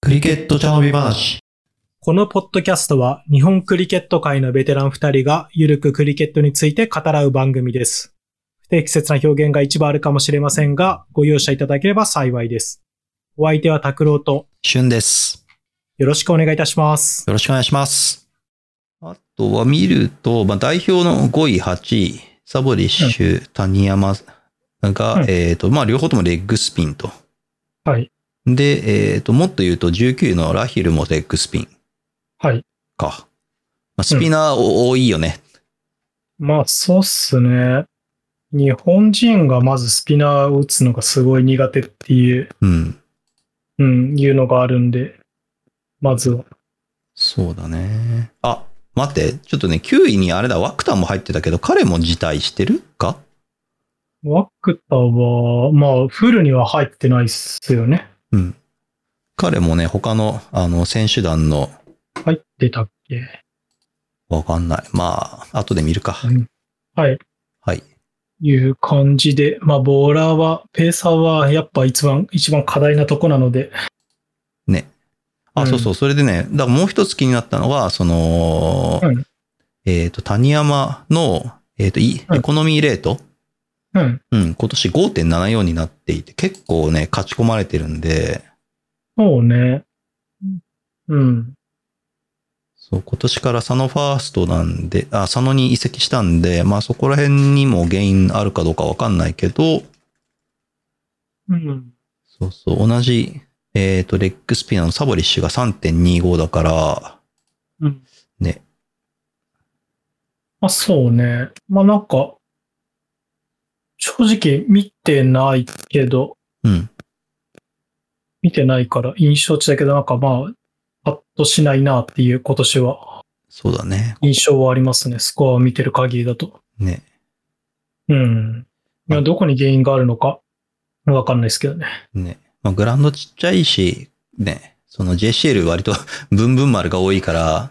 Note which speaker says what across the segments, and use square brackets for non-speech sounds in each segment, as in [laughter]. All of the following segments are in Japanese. Speaker 1: クリケット茶飲み話。
Speaker 2: このポッドキャストは日本クリケット界のベテラン2人がゆるくクリケットについて語らう番組です。不適切な表現が一部あるかもしれませんが、ご容赦いただければ幸いです。お相手は拓郎と
Speaker 1: 旬です。
Speaker 2: よろしくお願いいたします。
Speaker 1: よろしくお願いします。あとは見ると、まあ、代表の5位、8位、サボリッシュ、谷山が、
Speaker 2: うん
Speaker 1: えっ、と、まあ、両方ともレッグスピンと。
Speaker 2: はい。
Speaker 1: で、えっ、と、もっと言うと19位のラヒルもレッグスピン
Speaker 2: はい。
Speaker 1: か。まあ、スピナーお多いよね。
Speaker 2: まあ、そうっすね。日本人がまずスピナーを打つのがすごい苦手っていう、
Speaker 1: うん。
Speaker 2: うん、いうのがあるんで、まずは。
Speaker 1: そうだね。あ、待って、ちょっとね、9位にあれだ、ワクタンも入ってたけど、彼も辞退してるか
Speaker 2: ワクタは、まあ、フルには入ってないっすよね。
Speaker 1: うん。彼もね、他の、あの、選手団の、
Speaker 2: 入ってたっけ
Speaker 1: わかんない。まあ、後で見るか。
Speaker 2: はい。
Speaker 1: はい。
Speaker 2: いう感じで、まあ、ボーラーは、ペーサーは、やっぱ一番、一番課題なとこなので、
Speaker 1: ね。あ、
Speaker 2: うん
Speaker 1: そうそう。それでね、だからもう一つ気になったのは、その、
Speaker 2: うん
Speaker 1: えっ、と、谷山の、えっ、と、い
Speaker 2: うん
Speaker 1: エコノミーレート、
Speaker 2: うん。
Speaker 1: うん、今年5.74になっていて、結構ね、勝ち込まれてるんで、
Speaker 2: そうね。うん。
Speaker 1: そう、今年から佐野ファーストなんで、あ、佐野に移籍したんで、まあそこら辺にも原因あるかどうかわかんないけど、
Speaker 2: うん。
Speaker 1: そうそう、同じ、えっ、と、レッグスピナーのサボリッシュが3.25だから、
Speaker 2: うん。
Speaker 1: ね。
Speaker 2: まあ、そうね。まあ、なんか、正直見てないけど、
Speaker 1: うん、
Speaker 2: 見てないから印象値だけど、なんかまあ、パッとしないなっていう今年は
Speaker 1: そうだね。
Speaker 2: 印象はありますね。スコアを見てる限りだと。
Speaker 1: ね。
Speaker 2: うん。いや、どこに原因があるのか、わかんないですけどね。
Speaker 1: ね。まあ、グラウンドちっちゃいし、ね。その JCL 割と [laughs] ブンブン丸が多いから、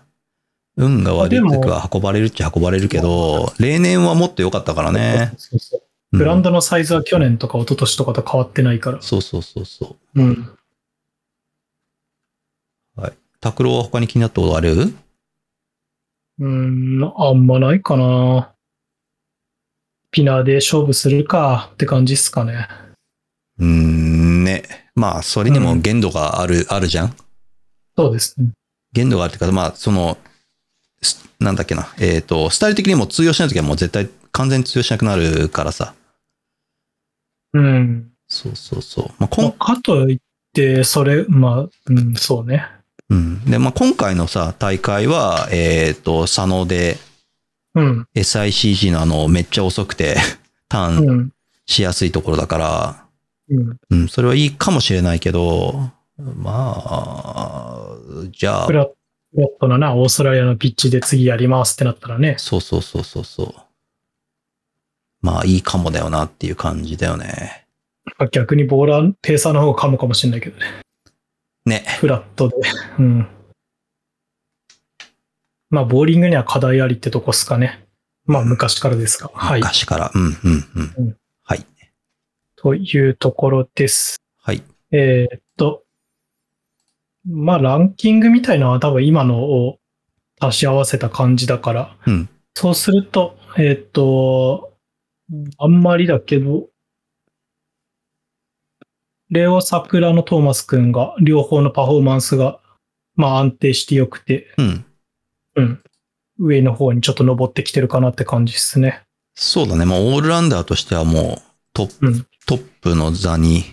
Speaker 1: 運が悪い時は運ばれるっちゃ運ばれるけど、例年はもっと良かったからね。
Speaker 2: そうそう
Speaker 1: うん
Speaker 2: ブランドのサイズは去年とか一昨年とかと変わってないから。
Speaker 1: そうそうそうそう。
Speaker 2: うん。
Speaker 1: 拓郎は他に気になったことある
Speaker 2: うん、あんまないかな。ピナーで勝負するかって感じっすかね。
Speaker 1: うーん、ね。まあ、それにも限度がある、あるじゃん。
Speaker 2: そうですね。
Speaker 1: 限度があるっていうか、まあ、その、すなんだっけな。えっ、と、スタイル的にも通用しない時はもう絶対完全に通用しなくなるからさ。
Speaker 2: うん。
Speaker 1: そうそうそう。まあ、
Speaker 2: ま
Speaker 1: 今
Speaker 2: あかといって、それ、まあ、うん、そうね。
Speaker 1: うん。で、まあ、今回のさ、大会は、えっ、と、佐野で
Speaker 2: うん、
Speaker 1: SICG のあの、めっちゃ遅くて、 [laughs] タ
Speaker 2: う
Speaker 1: ーン
Speaker 2: ん、
Speaker 1: しやすいところだから、
Speaker 2: うん。
Speaker 1: うん、それはいいかもしれないけど、まあ、じゃあ
Speaker 2: フ、ラッフラットなな、オーストラリアのピッチで次やりますってなったらね。
Speaker 1: そうそうそうそうそう。まあ、いいかもだよなっていう感じだよね。
Speaker 2: まあ逆にボーラー、ペーサーの方が噛むかもしれないけどね。
Speaker 1: ね。
Speaker 2: フラットで。うん。まあ、ボーリングには課題ありってとこっすかね。まあ、昔からですが。はい。
Speaker 1: 昔から。うん、うん、うん。
Speaker 2: というところです。
Speaker 1: はい。
Speaker 2: えーっと。まあ、ランキングみたいなのは多分今のを足し合わせた感じだから。
Speaker 1: うん
Speaker 2: そうすると、えーっと、あんまりだけど、レオ・サクラのトーマス君が、両方のパフォーマンスが、まあ安定して良くて、
Speaker 1: うん。
Speaker 2: うん。上の方にちょっと登ってきてるかなって感じですね。
Speaker 1: そうだね。まあ、オールラウンダーとしてはもう、トップ、
Speaker 2: うん
Speaker 1: トップの座に、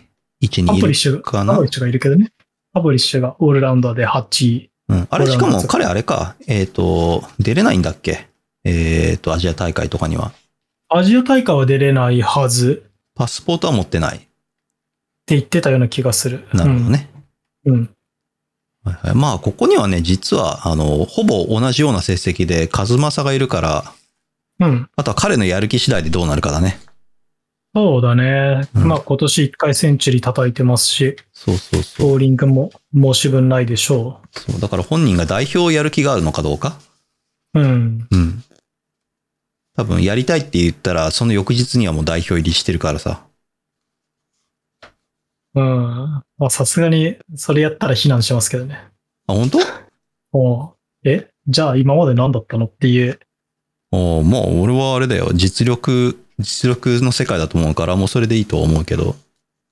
Speaker 1: 1、
Speaker 2: パ
Speaker 1: 2い
Speaker 2: ブリッ
Speaker 1: る
Speaker 2: シュ
Speaker 1: か
Speaker 2: が、
Speaker 1: な
Speaker 2: パブリッシュがいるけどね。パブリッシュがオールラウンダーで8位。
Speaker 1: うん、あれ、
Speaker 2: これは
Speaker 1: しかも
Speaker 2: 夏
Speaker 1: 彼あれか、えっ、と、出れないんだっけえっ、と、アジア大会とかには。
Speaker 2: アジア大会は出れないはずっ
Speaker 1: パスポートは持ってない。
Speaker 2: て言ってたような気がする。
Speaker 1: なるほどね。
Speaker 2: うん。うん。
Speaker 1: はいはい、まあ、ここにはね、実は、あの、ほぼ同じような成績で、カズマサがいるから、
Speaker 2: うん。
Speaker 1: あとは彼のやる気次第でどうなるかだね。
Speaker 2: そうだね。
Speaker 1: うん
Speaker 2: まあ今年1回センチュリー叩いてますし、
Speaker 1: そうそうそう。
Speaker 2: ボーリングも申し分ないでしょ
Speaker 1: そうだから本人が代表をやる気があるのかどうか。
Speaker 2: う。うん。
Speaker 1: うん。多分、やりたいって言ったら、その翌日にはもう代表入りしてるからさ。
Speaker 2: うん。まあ、さすがに、それやったら非難しますけどね。
Speaker 1: あ、本当
Speaker 2: もう、えじゃあ今まで何だったのっていう。
Speaker 1: おーまあ、俺はあれだよ。実力、実力の世界だと思うから、もうそれでいいとは思うけど。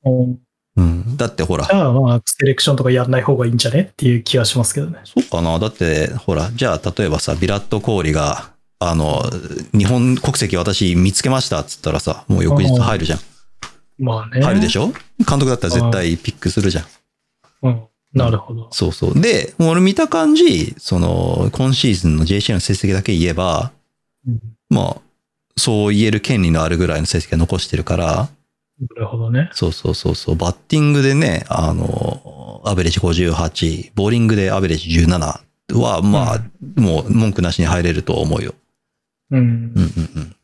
Speaker 2: うん
Speaker 1: うん。だってほら
Speaker 2: じ、ゃあまあ、セレクションとかやんない方がいいんじゃねっていう気はしますけどね。
Speaker 1: そうかな。だって、ほら、じゃあ、例えばさ、ビラット・コーリが、あの、日本国籍私見つけましたっつったらさ、もう翌日入るじゃん。
Speaker 2: まあね。
Speaker 1: 入るでし
Speaker 2: ょ。
Speaker 1: ょ監督だったら絶対ピックするじゃん。
Speaker 2: うん。なるほど。
Speaker 1: そうそう。で、もう俺見た感じ、その、今シーズンの JC の成績だけ言えば、
Speaker 2: うん
Speaker 1: まあ、そう言える権利のあるぐらいの成績は残してるから、
Speaker 2: なるほどね。
Speaker 1: そうそうそうそう、バッティングでね、あの、アベレージ58、ボーリングでアベレージ17は、まあ、もう文句なしに入れると思うよ。
Speaker 2: うん
Speaker 1: うん。うんうん。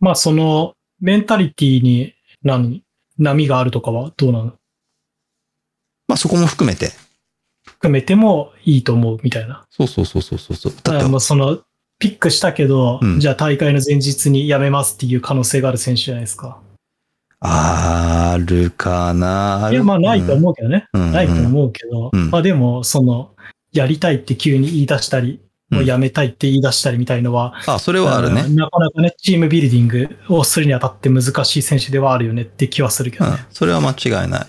Speaker 2: まあ、その、メンタリティに何、波があるとかはどうなの
Speaker 1: まあそこも含めて。
Speaker 2: 含めてもいいと思うみたいな。
Speaker 1: そうそうそうそうそうそう。
Speaker 2: た
Speaker 1: だって
Speaker 2: だ、もうその、ピックしたけど、
Speaker 1: うん
Speaker 2: じゃあ大会の前日にやめますっていう可能性がある選手じゃないですか。
Speaker 1: あるかなあ
Speaker 2: い
Speaker 1: る
Speaker 2: や、まあないと思うけどね。
Speaker 1: うんうん
Speaker 2: ないと思うけど、
Speaker 1: うん
Speaker 2: まあでも、その、やりたいって急に言い出したり、
Speaker 1: うん
Speaker 2: もうやめたいって言い出したりみたいのは、
Speaker 1: あ、それはあるね
Speaker 2: の。なかなかね、チームビルディングをするにあたって難しい選手ではあるよねって気はするけ
Speaker 1: う
Speaker 2: ど
Speaker 1: ん
Speaker 2: ね。。
Speaker 1: それは間違いない。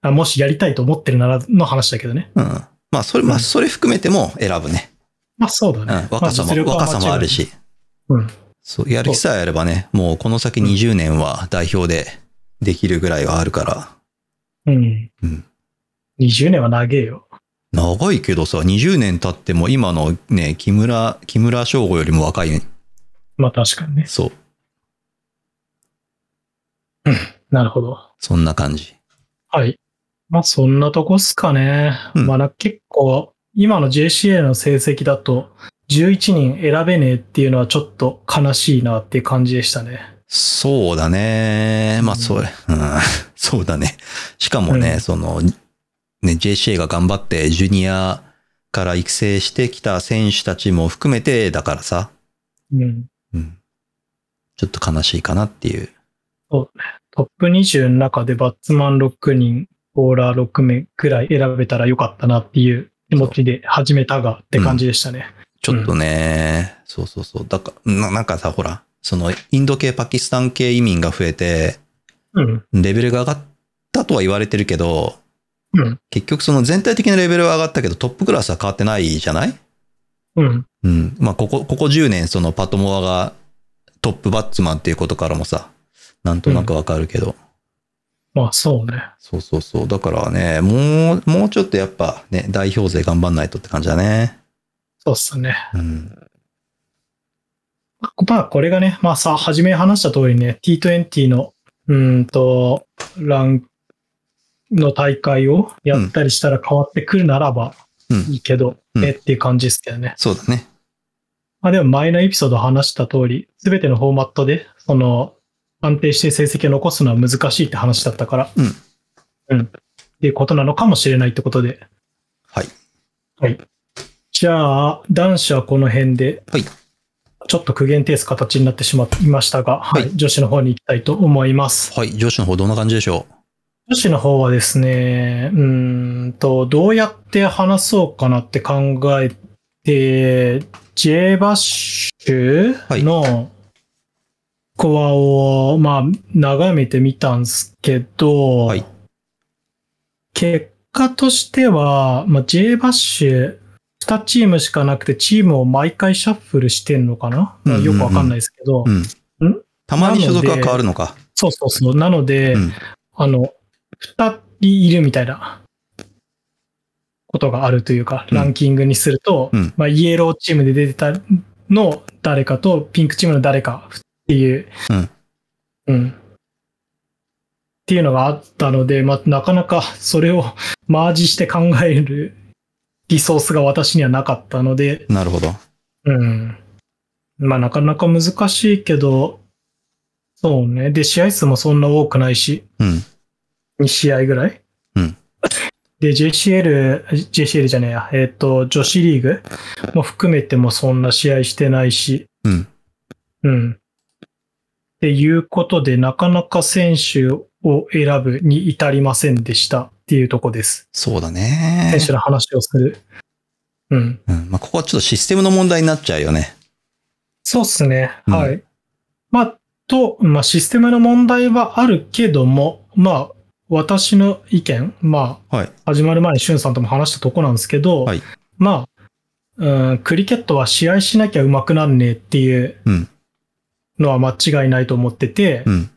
Speaker 2: あもしやりたいと思ってるならの話だけどね。
Speaker 1: うん。まあ、それ、まあ、それ含めても選ぶね。
Speaker 2: まあそうだ
Speaker 1: うん
Speaker 2: ね。。
Speaker 1: 若さ
Speaker 2: まあ実
Speaker 1: も、
Speaker 2: 力は
Speaker 1: 若さもあるし。
Speaker 2: 間違いない。
Speaker 1: そう、やる気さえあればね、もうこの先20年は代表でできるぐらいはあるから。
Speaker 2: うん。うん。
Speaker 1: うん
Speaker 2: 20年は長えよ。
Speaker 1: 長いけどさ、20年経っても今のね、木村、木村翔吾よりも若いね。
Speaker 2: まあ確かにね。
Speaker 1: そう。
Speaker 2: なるほど。
Speaker 1: そんな感じ。
Speaker 2: はい。まあそんなとこっすかね。
Speaker 1: うん
Speaker 2: まあな結構、今の JCA の成績だと、11人選べねえっていうのはちょっと悲しいなっていう感じでしたね。
Speaker 1: そうだね。まあ、それ、うん、 [laughs] そうだね。しかもね、
Speaker 2: うん
Speaker 1: その、ね、JCA が頑張って、ジュニアから育成してきた選手たちも含めて、だからさ、
Speaker 2: うん。
Speaker 1: うん。ちょっと悲しいかなっていう。
Speaker 2: トップ20の中でバッツマン6人、ボーラー6名くらい選べたらよかったなっていう気持ちで始めたがって感じでしたね。
Speaker 1: ちょっとね、そうそうそう。だから、ななんかさ、ほら、その、インド系、パキスタン系移民が増えて、
Speaker 2: うん。
Speaker 1: レベルが上がったとは言われてるけど、
Speaker 2: うん。
Speaker 1: 結局その全体的なレベルは上がったけど、トップクラスは変わってないじゃない
Speaker 2: うん。
Speaker 1: うん。まあ、ここ、ここ10年、そのパトモアがトップバッツマンっていうことからもさ、なんとなくわかるけど、
Speaker 2: まあそうね。
Speaker 1: そうそうそう。だからね、もう、もうちょっとやっぱね、代表勢頑張んないとって感じだね。
Speaker 2: そうっすね。
Speaker 1: うん。
Speaker 2: まあ、これがね、まあさ、初め話した通りね、T20 の、うーんと、ランの大会をやったりしたら変わってくるならば
Speaker 1: うん
Speaker 2: いいけど、
Speaker 1: うん
Speaker 2: ねっていう感じですけどね。
Speaker 1: そうだね。
Speaker 2: まあでも前のエピソード話した通り、すべてのフォーマットで、その、安定して成績を残すのは難しいって話だったから、
Speaker 1: うん。
Speaker 2: うん。っていうことなのかもしれないってことで。
Speaker 1: はい。
Speaker 2: じゃあ、男子はこの辺で、
Speaker 1: はい
Speaker 2: ちょっと苦言定数形になってしまいましたが、はい、
Speaker 1: はい
Speaker 2: 女子の方に行きたいと思います。
Speaker 1: はい。女子の方どんな感じでしょ
Speaker 2: 女子の方はですね、うーんと、どうやって話そうかなって考えて、J バッシュのコアを、まあ、眺めてみたんですけど、
Speaker 1: はい
Speaker 2: 結果としては、まあ、J バッシュ、2チームしかなくて、チームを毎回シャッフルしてんのかな、
Speaker 1: うんうんうん
Speaker 2: よくわかんないですけど、
Speaker 1: ううん。
Speaker 2: ん
Speaker 1: たまに所属が変わるのか。
Speaker 2: そうそうそう。なので、
Speaker 1: うん
Speaker 2: あの、二人いるみたいなことがあるというか、
Speaker 1: うん
Speaker 2: ランキングにすると、
Speaker 1: うん
Speaker 2: まあ、イエローチームで出てたの誰かと、ピンクチームの誰かっていう、
Speaker 1: うん
Speaker 2: うんっていうのがあったので、まあ、なかなかそれを [laughs] マージして考えるリソースが私にはなかったので、
Speaker 1: なるほど。
Speaker 2: うん。まあなかなか難しいけど、そうね。で、試合数もそんな多くないし、
Speaker 1: うん。
Speaker 2: 2試合ぐらい。
Speaker 1: うん。
Speaker 2: で、JCL、JCL じゃねえや、えっ、と、女子リーグも含めてもそんな試合してないし、
Speaker 1: うん。
Speaker 2: うん。っていうことで、なかなか選手を選ぶに至りませんでしたっていうとこです。
Speaker 1: そうだね
Speaker 2: 選。手の話をする。うん。
Speaker 1: うん。まあ、ここはちょっとシステムの問題になっちゃうよね。
Speaker 2: そうっすね。
Speaker 1: うん
Speaker 2: はい。まあ、と、まあ、システムの問題はあるけども、まあ、私の意見、まあ、
Speaker 1: はい
Speaker 2: 始まる前にしゅんさんとも話したとこなんですけど、
Speaker 1: はい
Speaker 2: まあ、うん、クリケットは試合しなきゃうまくなんねえっていう
Speaker 1: うん
Speaker 2: のは間違いないと思ってて、
Speaker 1: うん。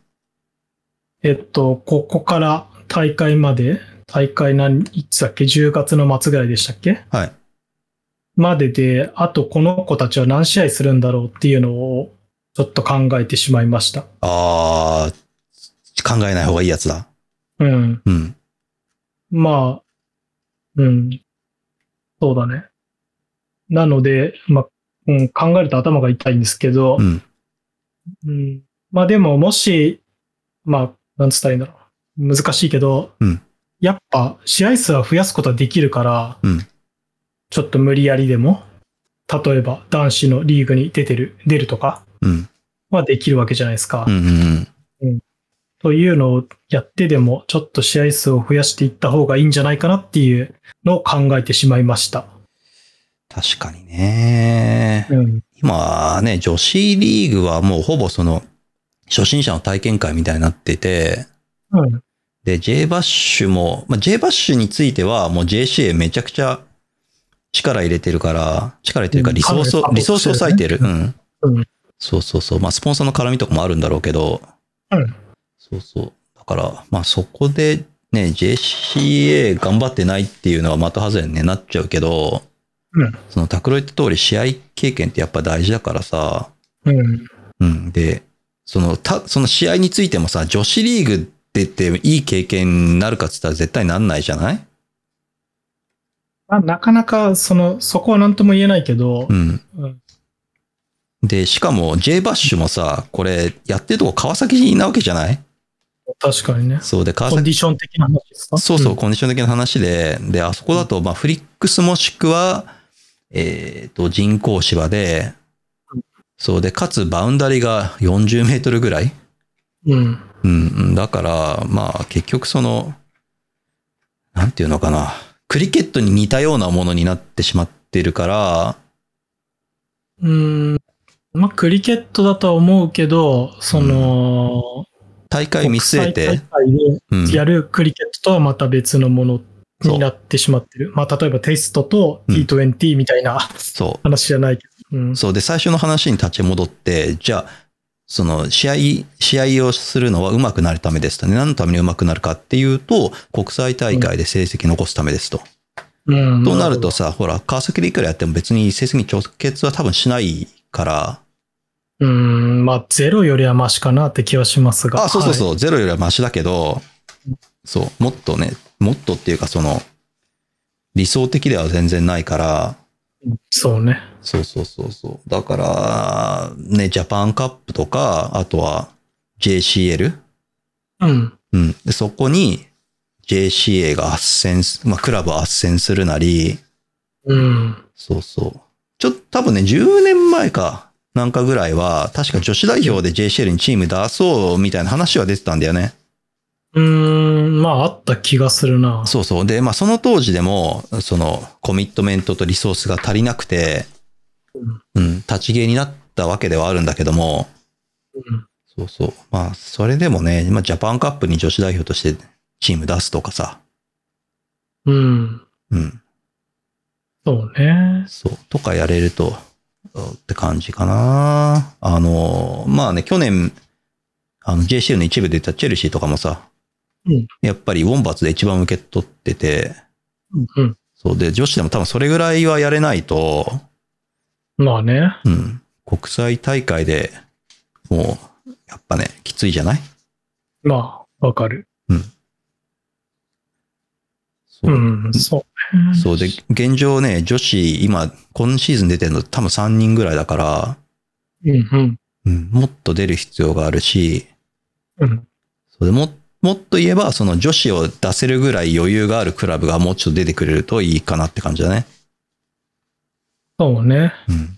Speaker 2: えっと、ここから大会まで、大会何、いつだっけ ?10 月の末ぐらいでしたっけ
Speaker 1: はい。
Speaker 2: までで、あとこの子たちは何試合するんだろうっていうのをちょっと考えてしまいました。
Speaker 1: あー、考えない方がいいやつだ。
Speaker 2: うん。
Speaker 1: うん。
Speaker 2: まあ、うん。そうだね。なので、まあ、うん、考えると頭が痛いんですけど、
Speaker 1: うん。
Speaker 2: うんまあでも、もし、まあ、なんつったらいいんだろう。難しいけど、
Speaker 1: うん
Speaker 2: やっぱ、試合数は増やすことはできるから、
Speaker 1: うん
Speaker 2: ちょっと無理やりでも、例えば男子のリーグに出てる、出るとか
Speaker 1: うん。
Speaker 2: はできるわけじゃないですか。
Speaker 1: うん。うん。
Speaker 2: というのをやってでも、ちょっと試合数を増やしていった方がいいんじゃないかなっていうのを考えてしまいました。
Speaker 1: 確かにね。
Speaker 2: うん。
Speaker 1: 今ね、女子リーグはもうほぼその、初心者の体験会みたいになってて、
Speaker 2: うん。
Speaker 1: で、J バッシュも、まあ、J バッシュについてはもう JCA めちゃくちゃ力入れてるから、力入れてるから
Speaker 2: うん
Speaker 1: リソース
Speaker 2: かな
Speaker 1: を、
Speaker 2: り
Speaker 1: リソースを割いてる。うん。
Speaker 2: うん
Speaker 1: そうそうそう。まあ、スポンサーの絡みとかもあるんだろうけど、
Speaker 2: うん
Speaker 1: そうそう。だから、まあ、そこでね、JCA 頑張ってないっていうのはまた外れにねなっちゃうけど、
Speaker 2: うん
Speaker 1: その拓郎言った通り試合経験ってやっぱ大事だからさ、
Speaker 2: うん。
Speaker 1: うん。で、その、た、その試合についてもさ、女子リーグ出ていい経験になるかっつったら絶対なんないじゃない
Speaker 2: まあ、なかなか、その、そこは何とも言えないけど
Speaker 1: う、ん。
Speaker 2: うん
Speaker 1: で、しかも J バッシュもさ、これ、やってるとこ川崎なわけじゃない
Speaker 2: 確かにね。
Speaker 1: そうで、川
Speaker 2: コン
Speaker 1: 崎。
Speaker 2: ディション的な話ですか
Speaker 1: そうそう、
Speaker 2: ん
Speaker 1: コンディション的な話で、で、あそこだと、まあ、フリックスもしくは、えっ、と、人工芝で、そうで、かつ、バウンダリが40メートルぐらい
Speaker 2: うん。
Speaker 1: うんうん、だから、まあ結局その、なんていうのかな、クリケットに似たようなものになってしまってるから、
Speaker 2: うーん。まあ、クリケットだとは思うけど、その、
Speaker 1: 大会見据え
Speaker 2: 国
Speaker 1: て
Speaker 2: 際、大会
Speaker 1: うん
Speaker 2: でやるクリケットとはまた別のもの
Speaker 1: そう
Speaker 2: になってしまってる。まあ、例えばテストと T20 みたいな
Speaker 1: そ
Speaker 2: 話じゃないけど。うん
Speaker 1: う。。そうで、最初の話に立ち戻って、じゃあ、その試合、試合をするのは上手くなるためですとね。何のために上手くなるかっていうと、国際大会で成績残すためですと。
Speaker 2: うん
Speaker 1: となると、さ、ほら、川崎でいくらやっても別に成績に直結は多分しないから、
Speaker 2: うーん、まあ、ゼロよりはマシかなって気はしますが。
Speaker 1: あ、そうそうそう、
Speaker 2: はい
Speaker 1: ゼロよりはマシだけど、そう、もっとね、もっとっていうか、その、理想的では全然ないから、
Speaker 2: そうね。
Speaker 1: そうそうそうそう。だから、ね、ジャパンカップとか、あとは JCL?
Speaker 2: うん。
Speaker 1: うん。でそこに JCA が斡旋す、まあ、クラブ斡旋するなり、
Speaker 2: うん。
Speaker 1: そうそう。ちょっと多分ね、10年前か、なんかぐらいは、確か女子代表で JCL にチーム出そうみたいな話は出てたんだよね。
Speaker 2: うーん、まあ、あった気がするな。
Speaker 1: そうそう。で、まあ、その当時でも、その、コミットメントとリソースが足りなくて、うん、立ち消えになったわけではあるんだけども、
Speaker 2: うん
Speaker 1: そうそう。まあ、それでもね、まあ、ジャパンカップに女子代表としてチーム出すとかさ、
Speaker 2: うん。
Speaker 1: うん、
Speaker 2: そうね。
Speaker 1: そう、とかやれると、うんって感じかな。あの、まあね、去年、あの、JCL の一部で言ったチェルシーとかもさ、
Speaker 2: うん
Speaker 1: やっぱりウォンバッツで一番受け取ってて、
Speaker 2: うんうん。
Speaker 1: そうで、女子でも多分それぐらいはやれないと、
Speaker 2: まあね。
Speaker 1: うん。国際大会でもう、やっぱね、きついじゃない
Speaker 2: まあ、わかる。
Speaker 1: そうう,、
Speaker 2: ん、そうね。
Speaker 1: そうで、現状ね、女子、今、今シーズン出てるの多分3人ぐらいだから、
Speaker 2: うんうん。
Speaker 1: うん、もっと出る必要があるし、
Speaker 2: うん。
Speaker 1: そうでももっと言えば、その女子を出せるぐらい余裕があるクラブがもうちょっと出てくれるといいかなって感じだね。
Speaker 2: そうね。
Speaker 1: うん。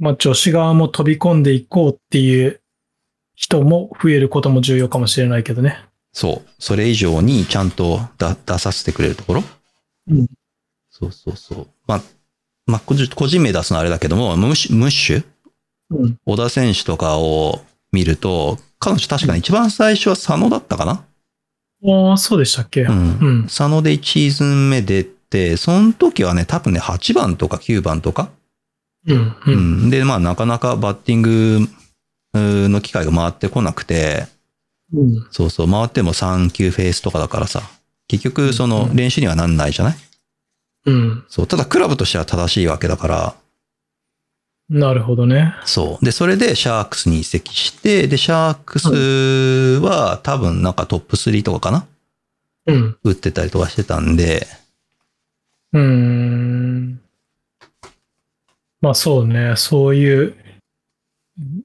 Speaker 2: まあ、女子側も飛び込んでいこうっていう人も増えることも重要かもしれないけどね。
Speaker 1: そう。それ以上にちゃんとだ出させてくれるところ
Speaker 2: うん。
Speaker 1: そうそうそう。まあ、まあ、個人個人名出すのはあれだけども、ムッシュ、ムッシュ
Speaker 2: うん。
Speaker 1: 小田選手とかを見ると、彼女確かに一番最初は佐野だったかな
Speaker 2: ああ、そうでしたっけ。
Speaker 1: う
Speaker 2: うん。
Speaker 1: ん。佐野で1シーズン目出て、その時はね、多分ね、8番とか9番とか。
Speaker 2: うん。う。
Speaker 1: うんん。で、まあ、なかなかバッティングうーの機会が回ってこなくて、
Speaker 2: うん。
Speaker 1: そうそう、回っても3球フェースとかだからさ、結局、そうの
Speaker 2: ん
Speaker 1: 練習にはなんないじゃない
Speaker 2: うん。
Speaker 1: そう。ただ、クラブとしては正しいわけだから、
Speaker 2: なるほどね。
Speaker 1: そう。で、それでシャークスに移籍して、で、シャークスは多分なんかトップ3とかかな
Speaker 2: うん。
Speaker 1: 打ってたりとかしてたんで、
Speaker 2: うーん。まあそうね。そういう、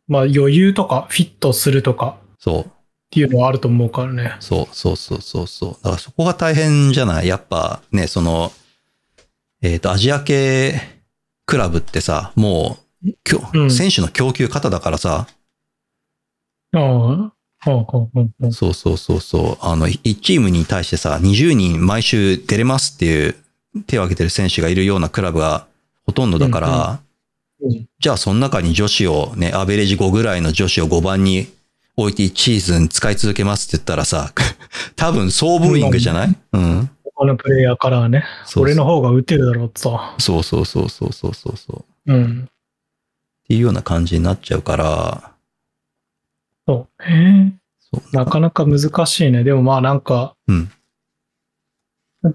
Speaker 2: まあ余裕とかフィットするとか
Speaker 1: そう、
Speaker 2: っていうのはあると思うからね。
Speaker 1: そう、そう、そう、そう、そう。だからそこが大変じゃないやっぱね、その、えっ、と、アジア系クラブってさ、もう、きょ
Speaker 2: うん
Speaker 1: 選手の供給方だからさ、
Speaker 2: ああ。ああ、うん、うん。
Speaker 1: そうそうそうそう、あの、1チームに対してさ、20人毎週出れますっていう手を挙げてる選手がいるようなクラブがほとんどだから、
Speaker 2: うんうん
Speaker 1: じゃあその中に女子をね、アベレージ5ぐらいの女子を5番に置いて1シーズン使い続けますって言ったらさ、 [laughs] 多分総ブーイングじゃないうん。
Speaker 2: 他のプレイヤーからはね、
Speaker 1: そう
Speaker 2: 俺の方が打てるだろうと。
Speaker 1: そうそうそうそうそうそうそう。っ
Speaker 2: うん。
Speaker 1: ていうような感じになっちゃうから、
Speaker 2: そう。へ
Speaker 1: そう
Speaker 2: え。なかなか難しいね。でもまあなんか、
Speaker 1: うん。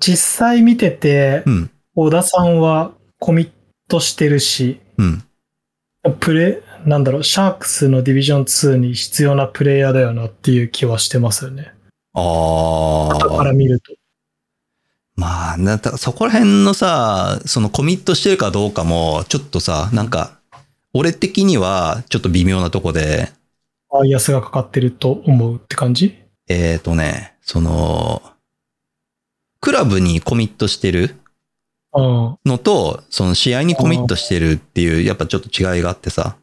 Speaker 2: 実際見てて
Speaker 1: う、ん。
Speaker 2: 小田さんはコミットしてるし、
Speaker 1: うん。
Speaker 2: プレ、なんだろう、シャークスのディビジョン2に必要なプレイヤーだよなっていう気はしてますよね。
Speaker 1: あ
Speaker 2: 後か
Speaker 1: あ
Speaker 2: ら。見ると。
Speaker 1: まあ、なんだそこら辺のさ、そのコミットしてるかどうかも、ちょっとさ、なんか、俺的にはちょっと微妙なとこで、
Speaker 2: バイアスがかかってると思うって感じ
Speaker 1: えっ、とね、その、クラブにコミットしてる
Speaker 2: あ
Speaker 1: のと、その試合にコミットしてるっていう、やっぱちょっと違いがあってさ。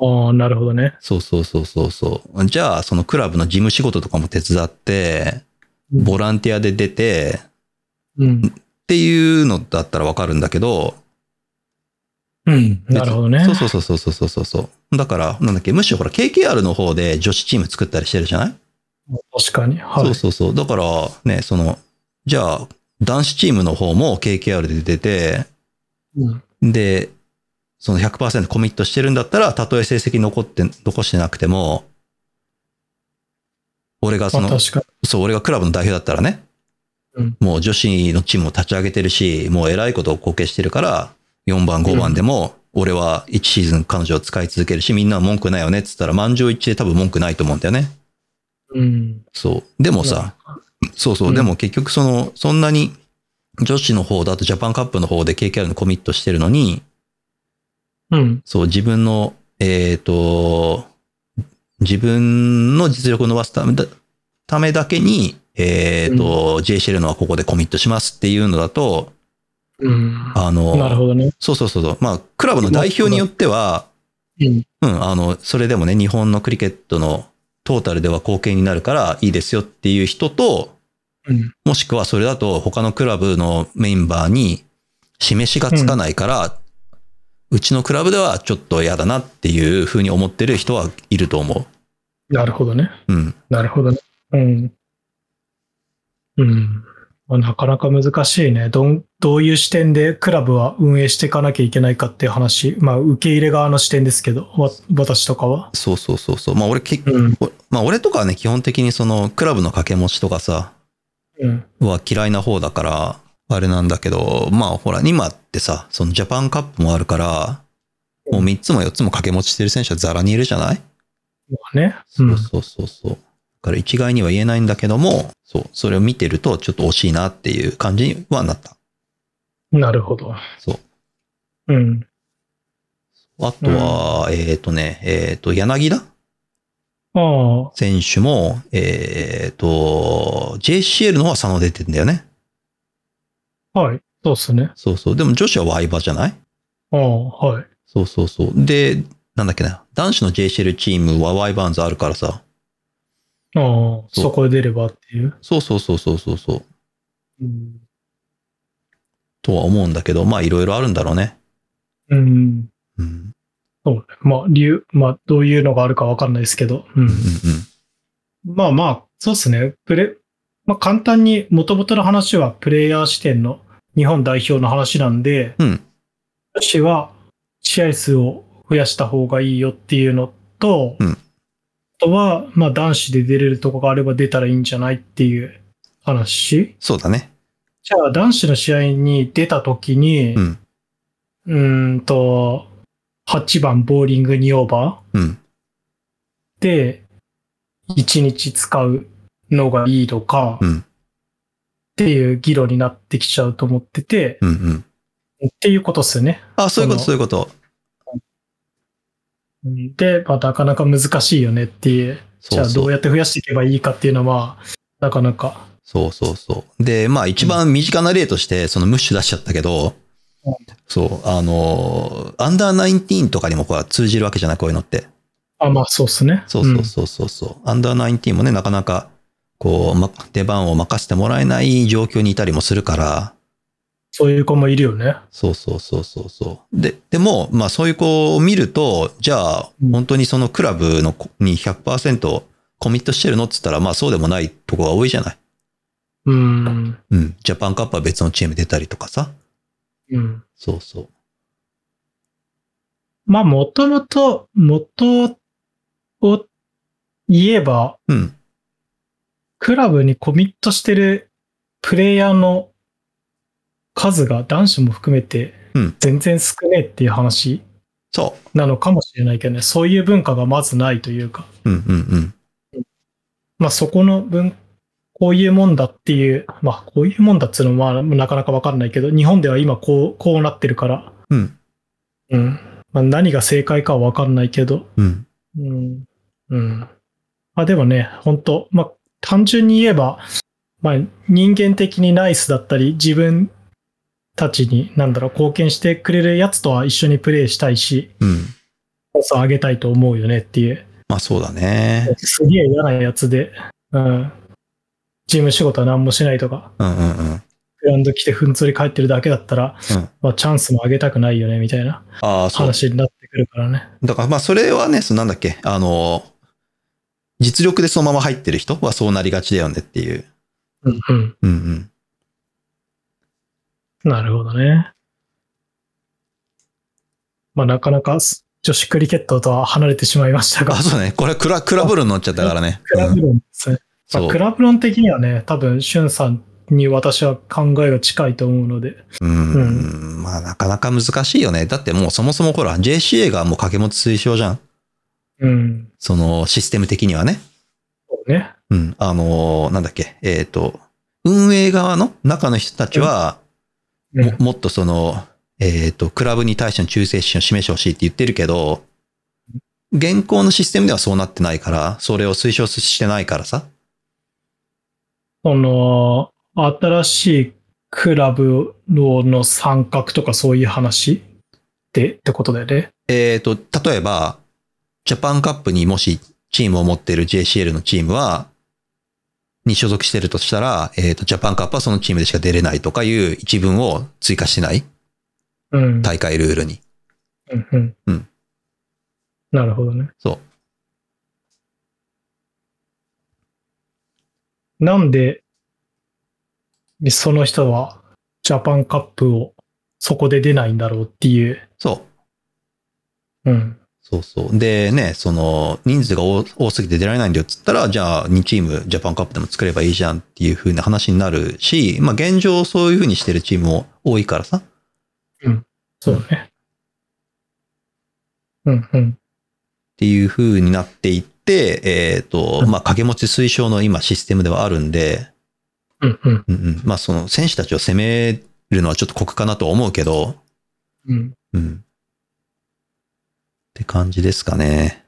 Speaker 2: あ、ああ、なるほどね。
Speaker 1: そうそうそうそうそう。じゃあ、そのクラブの事務仕事とかも手伝って、
Speaker 2: うん
Speaker 1: ボランティアで出て、っ
Speaker 2: うん。
Speaker 1: ていうのだったらわかるんだけど、
Speaker 2: うん。なるほどね。
Speaker 1: そうそうそうそうそうそうそう。だから、なんだっけ、むしろほら、KKR の方で女子チーム作ったりしてるじゃない、
Speaker 2: 確かに。はい。
Speaker 1: そうそうそう。だから、ね、その、じゃあ、男子チームの方も KKR で出て、
Speaker 2: うん
Speaker 1: で、その100%コミットしてるんだったら、たとえ成績残って、残してなくても、俺がそ
Speaker 2: まあ
Speaker 1: の、
Speaker 2: 確かに。
Speaker 1: そう、俺がクラブの代表だったらね、
Speaker 2: うん
Speaker 1: もう女子のチームを立ち上げてるし、もう偉いことを貢献してるから、4番、5番でも、俺は1シーズン彼女を使い続けるし、みんなは文句ないよねって言ったら、満場一致で多分文句ないと思うんだよね。
Speaker 2: うん。
Speaker 1: そう。でもさ、そうそう、
Speaker 2: うん
Speaker 1: でも結局その、そんなに、女子の方だとジャパンカップの方で KKR のコミットしてるのに、
Speaker 2: うん。
Speaker 1: そう、自分の、えっ、と、自分の実力を伸ばすためだためだけに、えっ、と、JCL のはここでコミットしますっていうのだと、
Speaker 2: うん。
Speaker 1: あ
Speaker 2: なる
Speaker 1: の、
Speaker 2: ほどね。
Speaker 1: そうそうそうそう、まあ、クラブの代表によっては、
Speaker 2: うん。
Speaker 1: うん、あの、それでもね、日本のクリケットのトータルでは貢献になるからいいですよっていう人と、
Speaker 2: うん。
Speaker 1: もしくはそれだと他のクラブのメンバーに示しがつかないから、うちのクラブではちょっと嫌だなっていうふうに思ってる人はいると思
Speaker 2: なるほどね。
Speaker 1: う。うん。
Speaker 2: なるほどね。うん。うん。まあ、なかなか難しいね。どん、どういう視点でクラブは運営していかなきゃいけないかっていう話。まあ、受け入れ側の視点ですけど、わ、私とかは。
Speaker 1: そうそうそうそう。まあ俺け、
Speaker 2: うん。
Speaker 1: おまあ俺とかはね、基本的にそのクラブの掛け持ちとかさ、
Speaker 2: うん。
Speaker 1: は嫌いな方だから、あれなんだけど、まあほら、今ってさ、そのジャパンカップもあるから、もう3つも4つも掛け持ちしてる選手はザラにいるじゃない
Speaker 2: まあね。う
Speaker 1: そ
Speaker 2: ん
Speaker 1: う。そうそうそう。だから一概には言えないんだけども、そう、それを見てるとちょっと惜しいなっていう感じにはなった。
Speaker 2: なるほど。
Speaker 1: そう。
Speaker 2: うん。
Speaker 1: あとは、えっ、とね、えっ、と、柳田
Speaker 2: ああ、
Speaker 1: 選手も、えっ、と、JCL の方は佐野出てんだよね。
Speaker 2: はい。そうっすね。
Speaker 1: そうそう。でも女子はワイバじゃない
Speaker 2: ああ、はい。
Speaker 1: そうそうそう。で、なんだっけな。男子の JCL チームはワイバーンズあるからさ。
Speaker 2: ああ、そこ出ればっていう。
Speaker 1: そうそうそうそうそうそう。
Speaker 2: うん。
Speaker 1: とは思うんだけど、まあいろいろあるんだろうね。
Speaker 2: うん。
Speaker 1: うん。
Speaker 2: そうね。まあ、理由、まあ、どういうのがあるかわかんないですけど。う
Speaker 1: う
Speaker 2: ん
Speaker 1: ん。うん。
Speaker 2: まあまあ、そうですね。プレ、まあ簡単に、元々の話はプレイヤー視点の日本代表の話なんで、
Speaker 1: うん
Speaker 2: 女子は試合数を増やした方がいいよっていうのと、
Speaker 1: うん
Speaker 2: あとは、まあ男子で出れるとこがあれば出たらいいんじゃないっていう話。
Speaker 1: そうだね。
Speaker 2: じゃあ男子の試合に出た時に、
Speaker 1: うん。
Speaker 2: うーんと、8番ボーリング2オーバー
Speaker 1: うん。
Speaker 2: で、一日使うのがいいのか、
Speaker 1: うん
Speaker 2: っていう議論になってきちゃうと思ってて、
Speaker 1: うんうん。
Speaker 2: っていうことですよね。
Speaker 1: あ、そういうこと、
Speaker 2: そ
Speaker 1: そういうこと。
Speaker 2: で、まあ、なかなか難しいよねっていう。じ
Speaker 1: そ
Speaker 2: ゃ
Speaker 1: う
Speaker 2: あど
Speaker 1: そうう。
Speaker 2: やって増やしていけばいいかっていうのは、なかなか。
Speaker 1: そうそうそう。で、まあ一番身近な例として、そのムッシュ出しちゃったけど
Speaker 2: うん、
Speaker 1: そう、あの、アンダーナインティーンとかにもこう通じるわけじゃない、こういうのって。
Speaker 2: あ、まあそうっすね。
Speaker 1: そうそうそうそうそう。アンダーナインティーンもね、なかなか、こう、ま、出番を任せてもらえない状況にいたりもするから、
Speaker 2: そういう子もいるよね。
Speaker 1: そうそうそうそうそう。で、でも、まあそういう子を見ると、じゃあ
Speaker 2: うん、
Speaker 1: 本当にそのクラブのこに100%コミットしてるのって言ったら、まあそうでもないとこが多いじゃない。
Speaker 2: うん。
Speaker 1: うん。ジャパンカップは別のチーム出たりとかさ。
Speaker 2: うん。
Speaker 1: そうそう。
Speaker 2: まあ、もともと、元を言えば、
Speaker 1: うん。
Speaker 2: クラブにコミットしてるプレイヤーの数が男子も含めて
Speaker 1: うん
Speaker 2: 全然少ねえっていう話
Speaker 1: そ
Speaker 2: なのかもしれないけどね、そういう文化がまずないというか、
Speaker 1: う。うんうんうん。
Speaker 2: まあそこの文、こういうもんだっていう、まあこういうもんだっていうのはまあなかなかわかんないけど、日本では今こう、こうなってるから、
Speaker 1: うん。
Speaker 2: うん。まあ何が正解かはわかんないけど、
Speaker 1: うん。
Speaker 2: うん。うん。まあでもね、本当まあ単純に言えば、まあ人間的にナイスだったり、自分たちに、なんだろう、貢献してくれるやつとは一緒にプレイしたいし、
Speaker 1: うん。
Speaker 2: そうあげたいと思うよねっていう。
Speaker 1: まあそうだね。
Speaker 2: すげえ嫌なやつで、うん。事務仕事は何もしないとか、
Speaker 1: うんうんうん。
Speaker 2: グラウンド来てふんつり帰ってるだけだったら、
Speaker 1: うん
Speaker 2: まあチャンスもあげたくないよねみたいな
Speaker 1: ああ、そう。
Speaker 2: 話になってくるからね。
Speaker 1: だからまあそれはね、そのなんだっけ、あの、実力でそのまま入ってる人はそうなりがちだよねっていう。
Speaker 2: うんうん。
Speaker 1: うんうん。
Speaker 2: なるほどね。まあなかなかす女子クリケットとは離れてしまいましたが
Speaker 1: あ、、そうだね。これはクラ、クラブルに乗っちゃったからね。
Speaker 2: クラ
Speaker 1: う
Speaker 2: ブ
Speaker 1: ん
Speaker 2: 論ですね。まあ
Speaker 1: そ
Speaker 2: ク
Speaker 1: う。
Speaker 2: ラブ論的にはね、多分、シュンさんに私は考えが近いと思うので。
Speaker 1: うん。まあ、なかなか難しいよね。だってもうそもそもほら、JCA がもう掛け持ち推奨じゃん。
Speaker 2: うん。
Speaker 1: そのシステム的にはね。
Speaker 2: そうね。
Speaker 1: うん。あのーなんだっけ、えっ、と、運営側の中の人たちは、
Speaker 2: うん
Speaker 1: ももっとその、えっ、と、クラブに対しての忠誠心を示してほしいって言ってるけど、現行のシステムではそうなってないから、それを推奨してないからさ。
Speaker 2: その、新しいクラブの参画とかそういう話でってことだよね。
Speaker 1: えっ、と、例えば、ジャパンカップにもしチームを持っている JCL のチームは、に所属してるとしたら、えっ、と、ジャパンカップはそのチームでしか出れないとかいう一文を追加してない
Speaker 2: うん。
Speaker 1: 大会ルールに。
Speaker 2: うんうん。
Speaker 1: うん
Speaker 2: なるほどね。
Speaker 1: そ
Speaker 2: なんで、その人はジャパンカップをそこで出ないんだろうっていう。
Speaker 1: そう。
Speaker 2: うん。
Speaker 1: そうそう。でね、その、人数が多多すぎて出られないんだよっつったら、じゃあ2チームジャパンカップでも作ればいいじゃんっていう風な話になるし、まあ現状そういう風にしてるチームも多いからさ。
Speaker 2: そうね。うんうん。
Speaker 1: っていう風になっていって、えっ、と、まあ掛け持ち推奨の今システムではあるんで、
Speaker 2: うんうん。
Speaker 1: うんうん、まあその選手たちを攻めるのはちょっと酷かなと思うけど、
Speaker 2: うん。
Speaker 1: うん。って感じですかね。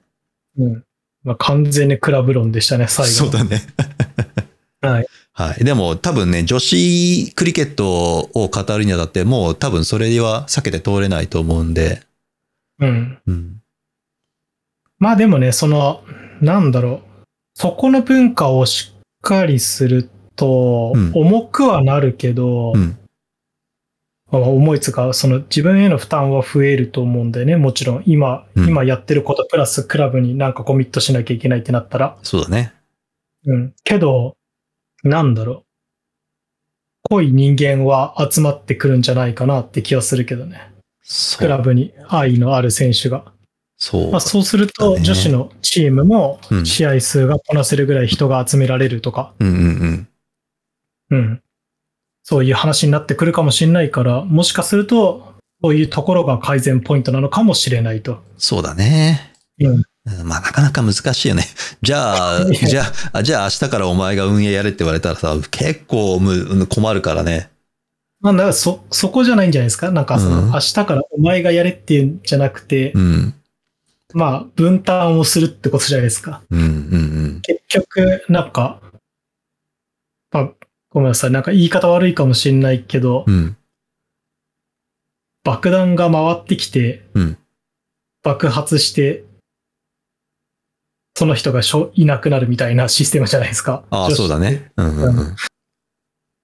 Speaker 2: うん。まあ、完全にクラブ論でしたね、最後。
Speaker 1: そうだね。
Speaker 2: はい。
Speaker 1: はい。でも多分ね、女子クリケットを語るにあたって、もう多分それは避けて通れないと思うんで、
Speaker 2: うん。
Speaker 1: うん。
Speaker 2: まあでもね、その、なんだろう。そこの文化をしっかりすると
Speaker 1: うん、
Speaker 2: 重くはなるけど、
Speaker 1: うん
Speaker 2: まあ重いつうか、その自分への負担は増えると思うんだよね。もちろん、今、
Speaker 1: うん
Speaker 2: 今やってることプラスクラブになんかコミットしなきゃいけないってなったら。
Speaker 1: そうだね。
Speaker 2: うん。けど、なんだろう。濃い人間は集まってくるんじゃないかなって気はするけどね。
Speaker 1: そ
Speaker 2: クラ
Speaker 1: う。
Speaker 2: ブに愛のある選手が。
Speaker 1: そう
Speaker 2: まあ、そうすると、
Speaker 1: だね
Speaker 2: 女子のチームも
Speaker 1: うん
Speaker 2: 試合数がこなせるぐらい人が集められるとか、
Speaker 1: うんうんうん。
Speaker 2: うん。そういう話になってくるかもしれないから、もしかすると、そういうところが改善ポイントなのかもしれないと。
Speaker 1: そうだね。
Speaker 2: うん。
Speaker 1: うんまあ、なかなか難しいよね。 [laughs] じゃあ、じゃああ、じゃあ明日からお前が運営やれって言われたらさ、結構む困るからね。
Speaker 2: まあ、だからそ、そこじゃないんじゃないですかなんか、その、
Speaker 1: うん
Speaker 2: 明日からお前がやれっていうんじゃなくて、
Speaker 1: うん。
Speaker 2: まあ、分担をするってことじゃないですか。
Speaker 1: うんうん
Speaker 2: 結局、なんか、まあ、ごめんなさい。なんか言い方悪いかもしれないけど、
Speaker 1: うん。うん。
Speaker 2: 爆弾が回ってきて、
Speaker 1: うん
Speaker 2: 爆発して、その人がしょいなくなるみたいなシステムじゃないですか。
Speaker 1: あ
Speaker 2: 女
Speaker 1: あ、
Speaker 2: 子
Speaker 1: そうだ。ね。うんうんうん。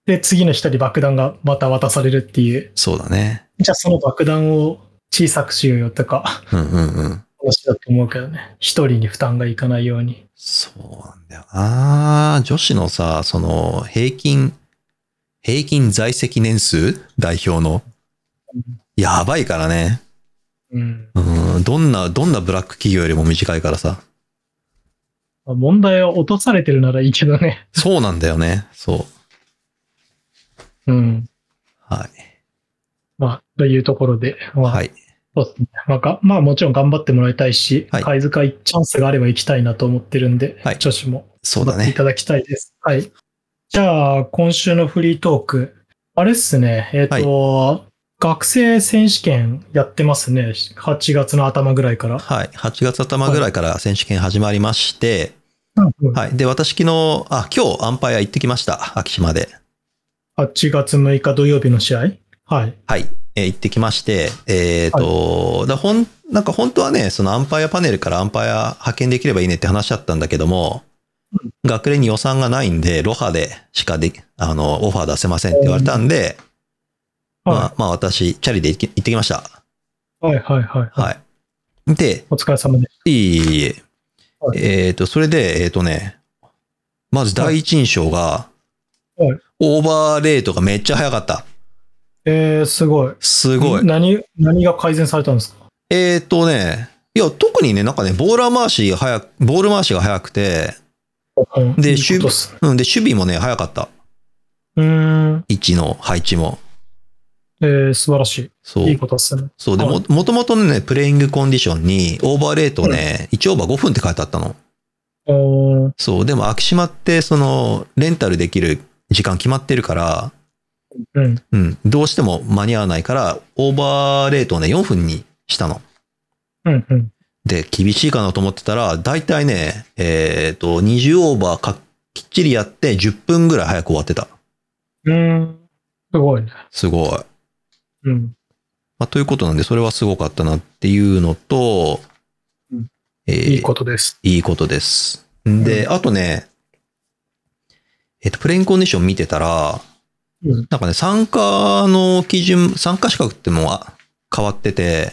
Speaker 2: で、次の人に爆弾がまた渡されるっていう。
Speaker 1: そうだね。
Speaker 2: じゃあその爆弾を小さくしようよとか、
Speaker 1: うんうんうん。
Speaker 2: 話だと思うけどね。一人に負担がいかないように。
Speaker 1: そうなんだよな。女子のさ、その、平均、平均在籍年数代表の
Speaker 2: うん。
Speaker 1: やばいからね。
Speaker 2: うん。
Speaker 1: うん。どんな、どんなブラック企業よりも短いからさ。
Speaker 2: まあ問題は落とされてるならいいけどね。 [laughs]
Speaker 1: そうなんだよね。そう。
Speaker 2: うん。
Speaker 1: はい。
Speaker 2: まあ、というところで。まあ、
Speaker 1: はい。
Speaker 2: そうですね。なんか、まあもちろん頑張ってもらいたいし、
Speaker 1: はい
Speaker 2: 貝塚チャンスがあれば行きたいなと思ってるんで、
Speaker 1: はい
Speaker 2: 女子も
Speaker 1: そうだ
Speaker 2: い
Speaker 1: ね。
Speaker 2: ただきたいです。はい。じゃあ、今週のフリートーク。あれっすね。えっ、と、学生選手権やってますね。8月の頭ぐらいから。
Speaker 1: はい。8月頭ぐらいから選手権始まりまして、
Speaker 2: 8
Speaker 1: はい。で、私昨日、あ、今日アンパイア行ってきました。昭島で。
Speaker 2: 月6日土曜日の試合はい。
Speaker 1: はい。えー行ってきまして、えっ、と、だほん、なんか本当はね、そのアンパイアパネルからアンパイア派遣できればいいねって話だったんだけども、学連に予算がないんで、ロハでしかでき、あの、オファー出せませんって言われたんで、ま
Speaker 2: は
Speaker 1: あ、まあ私、チャリで行き行ってきました。
Speaker 2: い。はい、はい、はい。
Speaker 1: はい。で、
Speaker 2: お疲れ様です。
Speaker 1: いえいえいえ
Speaker 2: はい
Speaker 1: えっ、と、それで、えっ、とね、まず第一印象が、
Speaker 2: はい
Speaker 1: オーバーレートがめっちゃ早かった。
Speaker 2: えー、すごい。
Speaker 1: すごい。
Speaker 2: 何、何が改善されたんですか
Speaker 1: えっ、とね、いや、特にね、なんかね、ボーラー回しが早く、ボール回しが早くて、
Speaker 2: うん
Speaker 1: で
Speaker 2: いいことっすね
Speaker 1: うん、で、守備もね、早かった。
Speaker 2: うーん。
Speaker 1: 位置の配置も。
Speaker 2: えー、素晴らし
Speaker 1: そ。
Speaker 2: い。いいうことですね。
Speaker 1: そう。でも、もともとのね、プレイングコンディションに、オーバーレートね、1オーバー5分って書いてあったの。
Speaker 2: おー
Speaker 1: そう。でも、秋島って、その、レンタルできる時間決まってるから、
Speaker 2: うん。
Speaker 1: うん、どうしても間に合わないから、オーバーレートをね、4分にしたの。
Speaker 2: うん、うん。
Speaker 1: で、厳しいかなと思ってたら、だいたいね、えっ、と、20オーバーかきっちりやって、10分ぐらい早く終わってた。
Speaker 2: うーん。すごいね。
Speaker 1: すごい。ま
Speaker 2: うん。
Speaker 1: あ、ということなんで、それはすごかったなっていうのと
Speaker 2: うん、
Speaker 1: えー
Speaker 2: いいことです。
Speaker 1: いいことです。で、あとね、えっ、と、プレインコンディション見てたら、
Speaker 2: うん。
Speaker 1: なんかね、参加の基準、参加資格ってもうあ変わってて、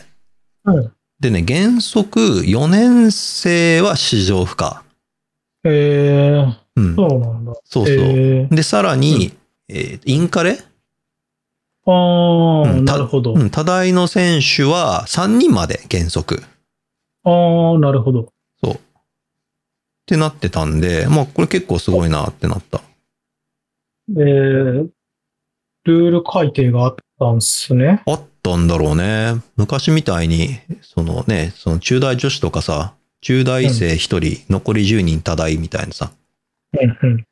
Speaker 2: うん。
Speaker 1: でね、原則4年生は市場不可。
Speaker 2: えー、
Speaker 1: うん。そう
Speaker 2: そうなんだ。
Speaker 1: そう
Speaker 2: えー、
Speaker 1: で、さらに、えーインカレ、
Speaker 2: ああ、
Speaker 1: うんた
Speaker 2: なるほど。
Speaker 1: うん、多大の選手は3人まで原則っ
Speaker 2: ああ、なるほど。
Speaker 1: てなってたんで、まあこれ結構すごいなってなった。
Speaker 2: えー、ルール改定があったんすね。
Speaker 1: あったんだろうね。昔みたいに、そのね、その中大女子とかさ、中大生1人、残り10人多大みたいなさ、
Speaker 2: うん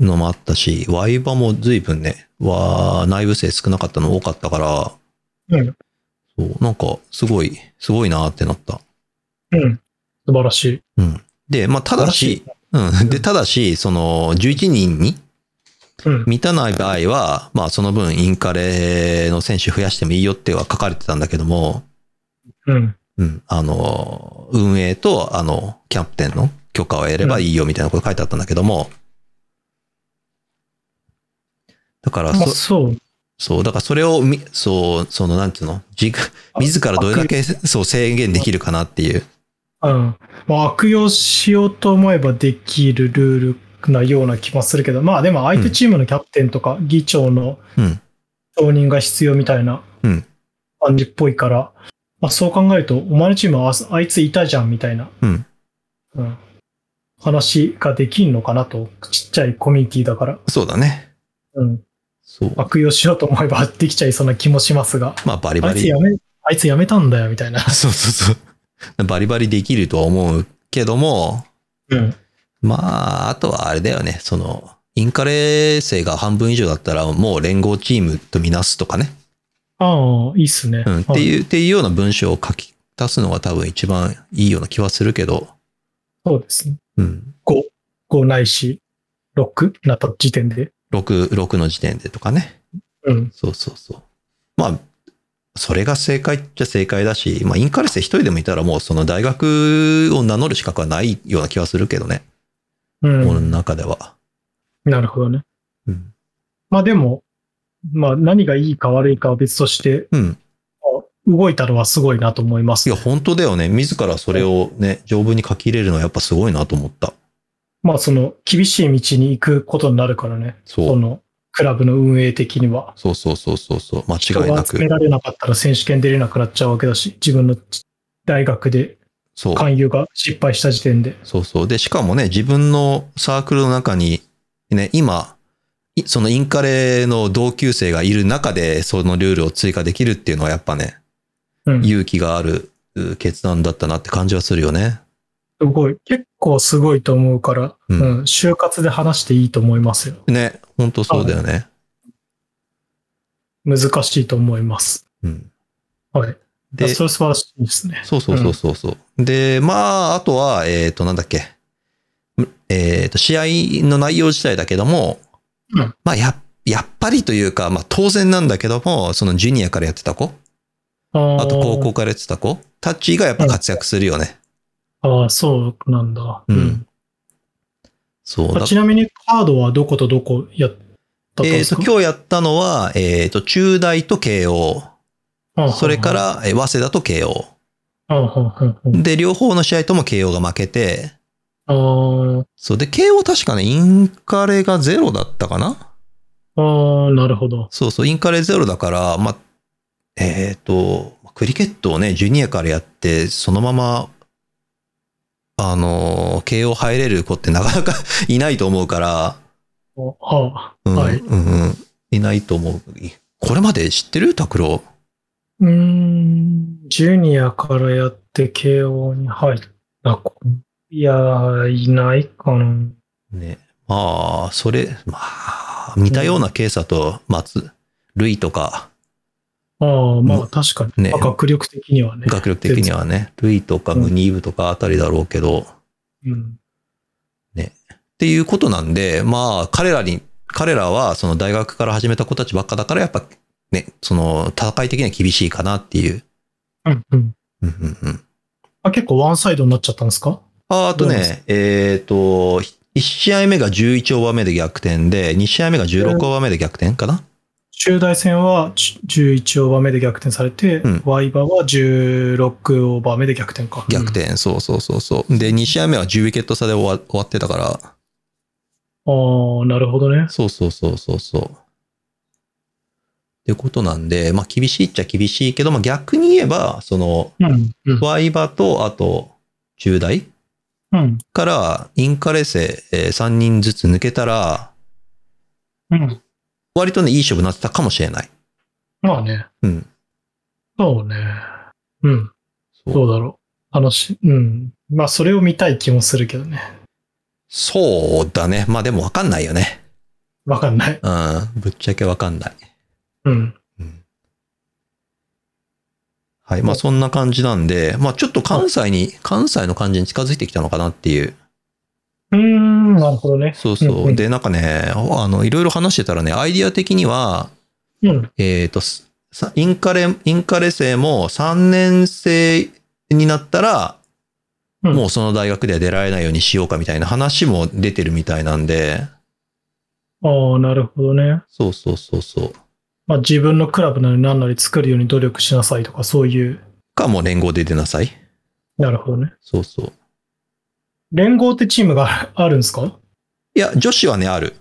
Speaker 2: うん。
Speaker 1: のもあったし、ワイバも随分ね、は内部生少なかったの多かったから、
Speaker 2: うん。
Speaker 1: そう、なんか、すごい、すごいなってなった。
Speaker 2: うん。素晴らしい。
Speaker 1: うん。で、まあ、ただし、うん。で、ただし、その、11人に
Speaker 2: うん。
Speaker 1: 満たない場合は、まあ、その分、インカレの選手増やしてもいいよっては書かれてたんだけども、
Speaker 2: うん。
Speaker 1: うん、あの、運営と、あの、キャプテンの許可を得ればいいよみたいなこと書いてあったんだけども、だから
Speaker 2: まあ、
Speaker 1: そ、
Speaker 2: そう。
Speaker 1: そう、だからそれをみ、そう、その、なんていうの、自自らどれだけ、そう、制限できるかなっていう。
Speaker 2: うん。まあ、悪用しようと思えばできるルールなような気もするけど、まあでも相手チームのキャプテンとか議長の
Speaker 1: うん
Speaker 2: 承認が必要みたいな
Speaker 1: うん
Speaker 2: 感じっぽいから、まあそう考えると、お前のチームはああいついたじゃんみたいな、
Speaker 1: うん
Speaker 2: うん話ができんのかなと、ちっちゃいコミュニティだから、
Speaker 1: そうだね。
Speaker 2: うん。
Speaker 1: そう。
Speaker 2: 悪用しようと思えばできちゃいそうな気もしますが、
Speaker 1: まあ、バリ
Speaker 2: あ
Speaker 1: バ
Speaker 2: いつ
Speaker 1: リ
Speaker 2: や。め、あいつやめたんだよみたいな。
Speaker 1: そうそうそう。バリバリできるとは思うけども、
Speaker 2: うん。
Speaker 1: まあ、あとはあれだよね。その、インカレ生が半分以上だったら、もう連合チームとみなすとかね。
Speaker 2: [laughs] ああ、いいっすね。
Speaker 1: うん。っていう、っていうような文章を書き足すのが多分一番いいような気はするけど、
Speaker 2: うんそうですね。
Speaker 1: うん。
Speaker 2: 5、5ないし、6なった時点で。
Speaker 1: 6、6の時点でとかね。
Speaker 2: うん。
Speaker 1: そうそうそう。まあ、それが正解っちゃ正解だし、まあ、インカレ生一人でもいたらもうその大学を名乗る資格はないような気はするけどね。
Speaker 2: う
Speaker 1: この
Speaker 2: ん。
Speaker 1: 中では。
Speaker 2: なるほどね。
Speaker 1: うん。
Speaker 2: まあでも、まあ何がいいか悪いかは別として、
Speaker 1: うん。
Speaker 2: 動いたのはすごいなと思いま
Speaker 1: い
Speaker 2: す
Speaker 1: や、。本当だよね。自らそれをね、条文に書き入れるのはやっぱすごいなと思った。
Speaker 2: まあその、厳しい道に行くことになるからね。
Speaker 1: そ。
Speaker 2: そうの、クラブの運営的には。
Speaker 1: そうそうそうそうそう。間違い
Speaker 2: 人
Speaker 1: な
Speaker 2: が集め
Speaker 1: く。
Speaker 2: られなかったら選手権出れなくなっちゃうわけだし、自分の大学で
Speaker 1: そう。
Speaker 2: 勧誘が失敗した時点で。
Speaker 1: そうそう。で、しかもね、自分のサークルの中に、ね、今、いそのインカレの同級生がいる中で、そのルールを追加できるっていうのはやっぱね、
Speaker 2: うん。す
Speaker 1: 勇気があるう決断だったなって感じはするよね。
Speaker 2: ごい。結構すごいと思うから、
Speaker 1: うん
Speaker 2: うん。就活で話していいと思いますよ。
Speaker 1: ね、本当そうだよね。
Speaker 2: 難しいと思います。
Speaker 1: うん。
Speaker 2: はい。
Speaker 1: で、
Speaker 2: それ素晴らしいですね。
Speaker 1: そうそうそうそうそう、で、まあ、あとは、えっ、と、なんだっけ。むえっ、と、試合の内容自体だけども、
Speaker 2: うん
Speaker 1: まあ、や、やっぱりというか、まあ、当然なんだけども、そのジュニアからやってた子、
Speaker 2: あー
Speaker 1: あと高校。からやってた子たちがやっぱ活躍するよね。
Speaker 2: ああ、そうなんだ。
Speaker 1: うん。。そう
Speaker 2: あ
Speaker 1: だ。
Speaker 2: ちなみにカードはどことどこやったん
Speaker 1: え
Speaker 2: で
Speaker 1: っ、
Speaker 2: す
Speaker 1: と、
Speaker 2: か、
Speaker 1: 今日やったのは、えっ、と、中大と慶応、
Speaker 2: 今
Speaker 1: それか、ら、えー早稲田と慶応。
Speaker 2: あああ
Speaker 1: で、両方の試合とも慶応が負けて、
Speaker 2: あー
Speaker 1: そう。で、慶応確かね、インカレがゼロだったかな
Speaker 2: あー、なるほど。
Speaker 1: そうそう、インカレゼロだから、まあ、えっ、と、クリケットをね、ジュニアからやって、そのまま、あの、慶応入れる子ってなかな [laughs] かいないと思うから、
Speaker 2: ああ、
Speaker 1: うん、
Speaker 2: はい。
Speaker 1: うん、うん、いないと思う。いこれまで知ってる拓郎。
Speaker 2: うーん、ジュニアからやって慶応に入った子。いやー、いないかな。
Speaker 1: ね。まあ、それ、まあ、似たようなケースだと、松、ルイとか、
Speaker 2: ああ、ま
Speaker 1: ま
Speaker 2: あ確かに。
Speaker 1: ね
Speaker 2: まあ学力的にはね。
Speaker 1: 学力的にはね、ルイとかムニーブとかあたりだろうけど、
Speaker 2: うん。
Speaker 1: っていうことなんで、まあ、彼らに、彼らは、その大学から始めた子たちばっかだから、やっぱ、ね、その、戦い的には厳しいかなっていう。
Speaker 2: うんうん。
Speaker 1: うんうんうん。
Speaker 2: あ、結構ワンサイドになっちゃったんですか
Speaker 1: ああと
Speaker 2: どうです
Speaker 1: ね、えっ、と、1試合目が11オーバー目で逆転で、2試合目が16オーバー目で逆転かな、
Speaker 2: 中大戦はち11オーバー目で逆転されて、
Speaker 1: うん
Speaker 2: ワイバーは16オーバー目で逆転か。
Speaker 1: 逆転、そうそうそうそう。で、2試合目は10ウィケット差で終わ終わってたから、
Speaker 2: うんああ、なるほどね。
Speaker 1: そうそうそうそうそう。ってことなんで、まあ、厳しいっちゃ厳しいけど、まあ、逆に言えば、その、
Speaker 2: うん。うん。
Speaker 1: ワイバと、あと、中大
Speaker 2: うん。
Speaker 1: からインカレ生、えー3人ずつ抜けたら、
Speaker 2: うん。
Speaker 1: 割とね、いい勝負になってたかもしれない。
Speaker 2: まあね。
Speaker 1: うん。
Speaker 2: そうね。うん。
Speaker 1: そ
Speaker 2: ど
Speaker 1: う
Speaker 2: うだろう。楽しい。うん。まあ、それを見たい気もするけどね。
Speaker 1: そうだね。まあでもわかんないよね。
Speaker 2: わかんない。
Speaker 1: うん。ぶっちゃけわかんない。
Speaker 2: うん。
Speaker 1: うんはい。まあそんな感じなんで、まあちょっと関西に、関西の感じに近づいてきたのかなっていう。
Speaker 2: うーん、なるほどね。
Speaker 1: そうそう。
Speaker 2: うんうん
Speaker 1: で、なんかね、あの、いろいろ話してたらね、アイディア的には、
Speaker 2: うん。
Speaker 1: えっ、と、さインカレ、インカレ生も3年生になったら、
Speaker 2: うん
Speaker 1: もうその大学では出られないようにしようかみたいな話も出てるみたいなんで、
Speaker 2: ああ、なるほどね。
Speaker 1: そうそうそうそう。
Speaker 2: まあ自分のクラブなり何なり作るように努力しなさいとか、そういう。
Speaker 1: か、もう連合で出なさい。
Speaker 2: なるほどね。
Speaker 1: そうそう。
Speaker 2: 連合ってチームがあるんですか
Speaker 1: いや、女子はね、ある。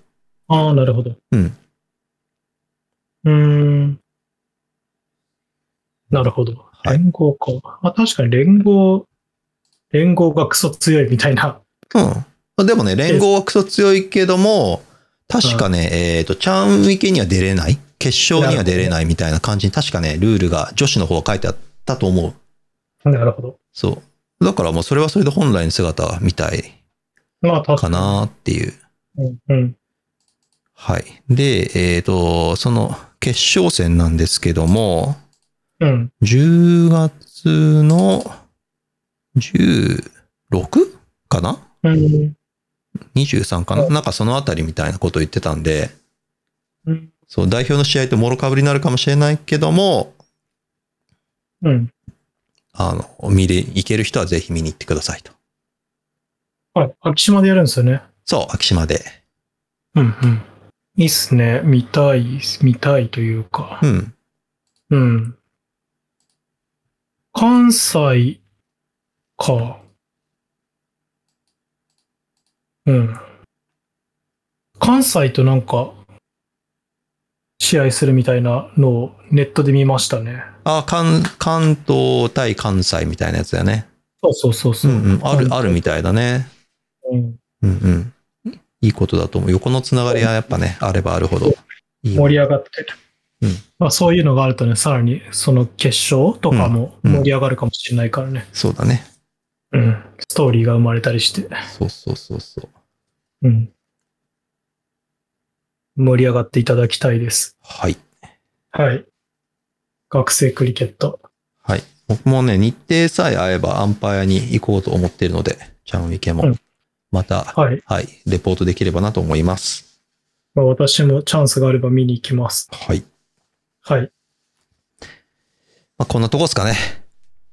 Speaker 2: ああ、なるほど。
Speaker 1: うん。
Speaker 2: うーん。なるほど。
Speaker 1: い
Speaker 2: 連合か。まあ確かに連合、連合がクソ強いみたいな。 [laughs]
Speaker 1: うん。でもね、連合はクソ強いけども、確かね、えっ、と、チャンウィケには出れない決勝には出れないみたいな感じに、確かね、ルールが女子の方は書いてあったと思う。
Speaker 2: なるほど。
Speaker 1: そう。だからもうそれはそれで本来の姿みたい
Speaker 2: まあ確
Speaker 1: か
Speaker 2: か
Speaker 1: なっていう。
Speaker 2: に。うん。
Speaker 1: はい。で、えっ、と、その決勝戦なんですけども、
Speaker 2: うん。
Speaker 1: 10月の 16? かな
Speaker 2: うん。
Speaker 1: 23か
Speaker 2: う
Speaker 1: なんなんかそのあたりみたいなこと言ってたんで、
Speaker 2: うん。
Speaker 1: そう、代表の試合ってもろかぶりになるかもしれないけども、
Speaker 2: うん。
Speaker 1: あの、見れ、行ける人はぜひ見に行ってくださいと。
Speaker 2: はい。秋島でやるんですよね。
Speaker 1: そう、秋島で。
Speaker 2: うんうん。いいっすね。見たい、見たいというか
Speaker 1: う。ん。
Speaker 2: うん。関西か。うん。関西となんか、試合するみたいなのをネットで見ましたね。
Speaker 1: あ、関、関東対関西みたいなやつだよね。
Speaker 2: そうそうそう
Speaker 1: う
Speaker 2: そう。
Speaker 1: んうん。ある、あるみたいだね。
Speaker 2: うん
Speaker 1: うんうん。いいことだと思う。横のつながりはやっぱね、あればあるほど。いいよ
Speaker 2: 盛り上がってる。
Speaker 1: うん
Speaker 2: まあ、そういうのがあるとね、さらにその決勝とかも
Speaker 1: うんうん
Speaker 2: 盛り上がるかもしれないからね。
Speaker 1: そうだね。
Speaker 2: うん。ストーリーが生まれたりして。
Speaker 1: そうそうそうそう。
Speaker 2: うん。盛り上がっていただきたいです。
Speaker 1: はい。
Speaker 2: はい。学生クリケット。
Speaker 1: はい。僕もね、日程さえ合えばアンパイアに行こうと思っているので、チャンウィケ
Speaker 2: う
Speaker 1: も
Speaker 2: ん、
Speaker 1: また、
Speaker 2: はい。
Speaker 1: はい、レポートできればなと思います。
Speaker 2: まあ、私もチャンスがあれば見に行きます。
Speaker 1: はい。
Speaker 2: はい。
Speaker 1: まあ、こんなとこですかね。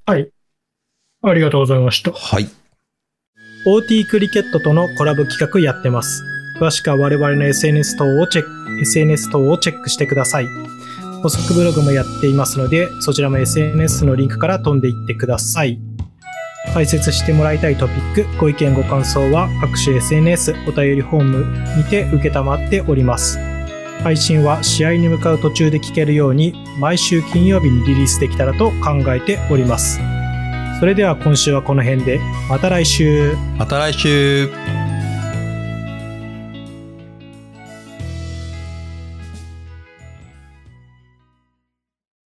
Speaker 2: はい。ありがとうございました。
Speaker 1: はい。
Speaker 2: OT クリケットとのコラボ企画やってます。詳しくは我々の SNS 等をチェック、SNS 等をチェックしてください。補足ブログもやっていますので、そちらも SNS のリンクから飛んでいってください。解説してもらいたいトピック、ご意見ご感想は各種 SNS お便りフォームにて受けたまっております。配信は試合に向かう途中で聞けるように、毎週金曜日にリリースできたらと考えております。それでは今週はこの辺で、また来週。
Speaker 1: また来週。